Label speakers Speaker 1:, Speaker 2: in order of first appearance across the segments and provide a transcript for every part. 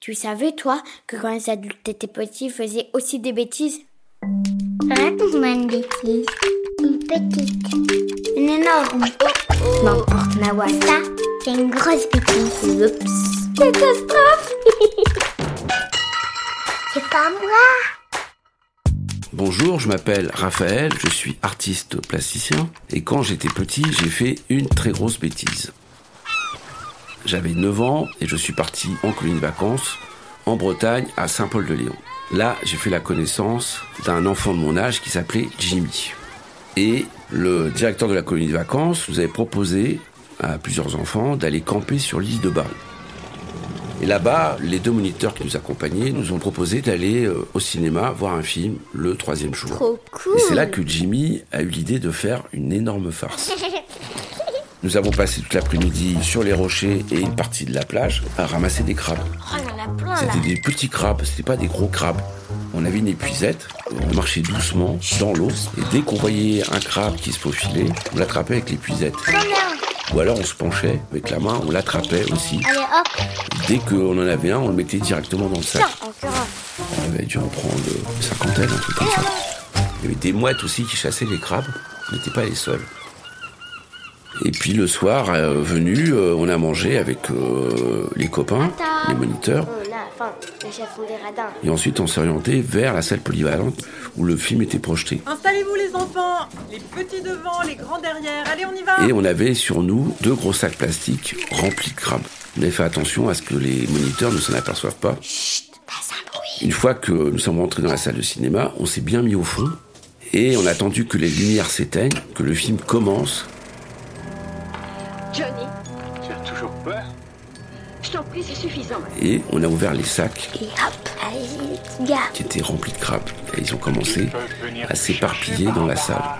Speaker 1: Tu savais, toi, que quand les adultes étaient petits, ils faisaient aussi des bêtises Raconte-moi une bêtise.
Speaker 2: Une petite.
Speaker 1: Une énorme. N'importe Nawal.
Speaker 2: Ça, c'est une grosse bêtise.
Speaker 1: Oups.
Speaker 2: Catastrophe C'est pas moi
Speaker 3: Bonjour, je m'appelle Raphaël, je suis artiste plasticien et quand j'étais petit, j'ai fait une très grosse bêtise. J'avais 9 ans et je suis parti en colonie de vacances en Bretagne à Saint-Paul-de-Léon. Là, j'ai fait la connaissance d'un enfant de mon âge qui s'appelait Jimmy. Et le directeur de la colonie de vacances nous avait proposé à plusieurs enfants d'aller camper sur l'île de Bâle. Et là-bas, les deux moniteurs qui nous accompagnaient nous ont proposé d'aller euh, au cinéma voir un film le troisième jour.
Speaker 1: Trop cool.
Speaker 3: Et c'est là que Jimmy a eu l'idée de faire une énorme farce.
Speaker 1: Oh,
Speaker 3: Nous avons passé toute l'après-midi sur les rochers et une partie de la plage à ramasser des crabes.
Speaker 1: Oh, il y en a plein, là.
Speaker 3: C'était des petits crabes, c'était pas des gros crabes. On avait une épuisette, on marchait doucement dans l'eau, et dès qu'on voyait un crabe qui se faufilait, on l'attrapait avec l'épuisette. Ou alors on se penchait avec la main, on l'attrapait aussi.
Speaker 1: Allez, hop.
Speaker 3: Dès qu'on en avait un, on le mettait directement dans le sac.
Speaker 1: Tiens, encore un.
Speaker 3: On avait dû en prendre une cinquantaine, un truc comme ça. Il y avait des mouettes aussi qui chassaient les crabes. On n'était pas les seuls. Et puis le soir euh, venu, euh, on a mangé avec euh, les copains, les moniteurs.
Speaker 1: On a, Oh, enfin, les chefs font des radins.
Speaker 3: Et ensuite, on s'est orienté vers la salle polyvalente où le film était projeté.
Speaker 4: Installez-vous les enfants, les petits devant, les grands derrière. Allez, on y va
Speaker 3: Et on avait sur nous deux gros sacs plastiques remplis de crabes. On avait fait attention à ce que les moniteurs ne s'en aperçoivent pas. Une fois que nous sommes rentrés dans la salle de cinéma, on s'est bien mis au fond et on a attendu que les lumières s'éteignent, que le film commence.
Speaker 5: Johnny,
Speaker 6: Tu as toujours peur
Speaker 5: je t'en prie, c'est suffisant.
Speaker 3: Et on a ouvert les sacs
Speaker 1: Et hop. Allez-y, les petits gars.
Speaker 3: qui étaient remplis de crabes. Et ils ont commencé
Speaker 6: Ils peuvent venir
Speaker 3: à
Speaker 6: te
Speaker 3: s'éparpiller
Speaker 6: chercher
Speaker 3: dans la
Speaker 6: par
Speaker 3: salle.
Speaker 6: là.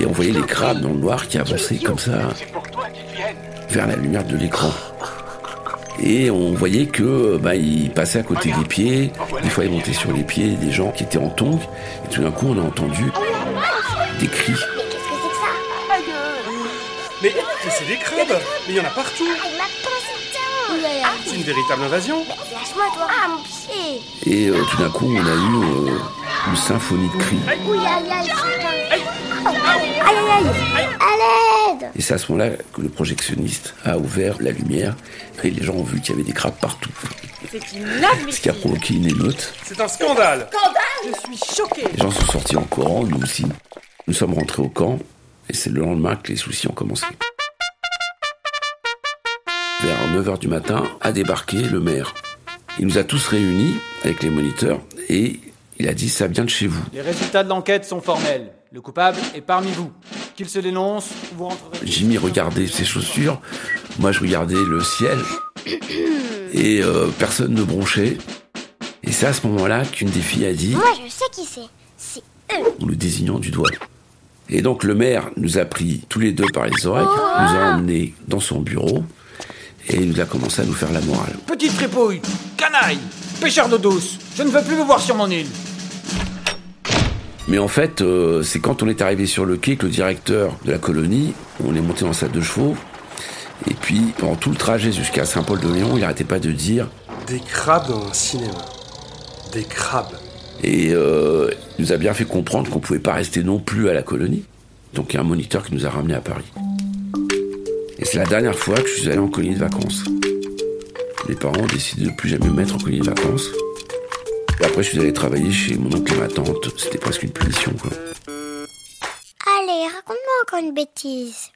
Speaker 3: Et on voyait les crabes dans le noir qui avançaient comme ça
Speaker 6: C'est pour toi qu'ils viennent.
Speaker 3: vers la lumière de l'écran. Et on voyait que bah, ils passaient à côté des pieds. Des fois, ils montaient sur les pieds des gens qui étaient en tongs. Et tout d'un coup, on a entendu des cris.
Speaker 1: Mais qu'est-ce que c'est que ça
Speaker 7: Mais, mais c'est des crabes Mais il y en a partout
Speaker 1: Il m'a pensé tiens. Oulala.
Speaker 7: C'est une véritable invasion
Speaker 1: Lâche-moi, toi. Ah, mon pied.
Speaker 3: Et euh, tout d'un coup, on a eu euh, une symphonie de cris.
Speaker 1: Aïe, aïe, aïe. Aïe, aïe, aïe. À l'aide.
Speaker 3: Et c'est à ce moment-là que le projectionniste a ouvert la lumière et les gens ont vu qu'il y avait des crabes partout. Ce qui a provoqué une émeute.
Speaker 7: C'est un scandale
Speaker 4: Je suis choquée.
Speaker 3: Les gens sont sortis en courant, nous aussi. Nous sommes rentrés au camp, et c'est le lendemain que les soucis ont commencé. Vers 9h du matin a débarqué le maire. Il nous a tous réunis avec les moniteurs et il a dit ça vient de chez vous.
Speaker 8: Les résultats de l'enquête sont formels. Le coupable est parmi vous. Qu'il se dénonce, vous rentrerez.
Speaker 3: Jimmy regardait ses chaussures, moi je regardais le ciel et euh, personne ne bronchait. Et c'est à ce moment-là qu'une des filles a dit
Speaker 2: Moi, je sais qui c'est. C'est eux.
Speaker 3: en le désignant du doigt. Et donc le maire nous a pris tous les deux par les
Speaker 2: Oh.
Speaker 3: oreilles, nous a emmenés dans son bureau et il nous a commencé à nous faire la morale.
Speaker 8: Petite fripouille, canaille, pêcheur d'eau douce, je ne veux plus vous voir sur mon île.
Speaker 3: Mais en fait, euh, c'est quand on est arrivé sur le quai que le directeur de la colonie, on est monté dans sa deux chevaux et puis pendant tout le trajet jusqu'à Saint-Paul-de-Léon, il n'arrêtait pas de dire
Speaker 7: Des crabes dans un cinéma. Des crabes.
Speaker 3: et euh, il nous a bien fait comprendre qu'on pouvait pas rester non plus à la colonie. Donc il y a un moniteur qui nous a ramenés à Paris. Et c'est la dernière fois que je suis allé en colonie de vacances. Mes parents ont décidé de plus jamais me mettre en colonie de vacances. Et après, je suis allé travailler chez mon oncle et ma tante. C'était presque une punition, quoi.
Speaker 2: Allez, raconte-moi encore une bêtise.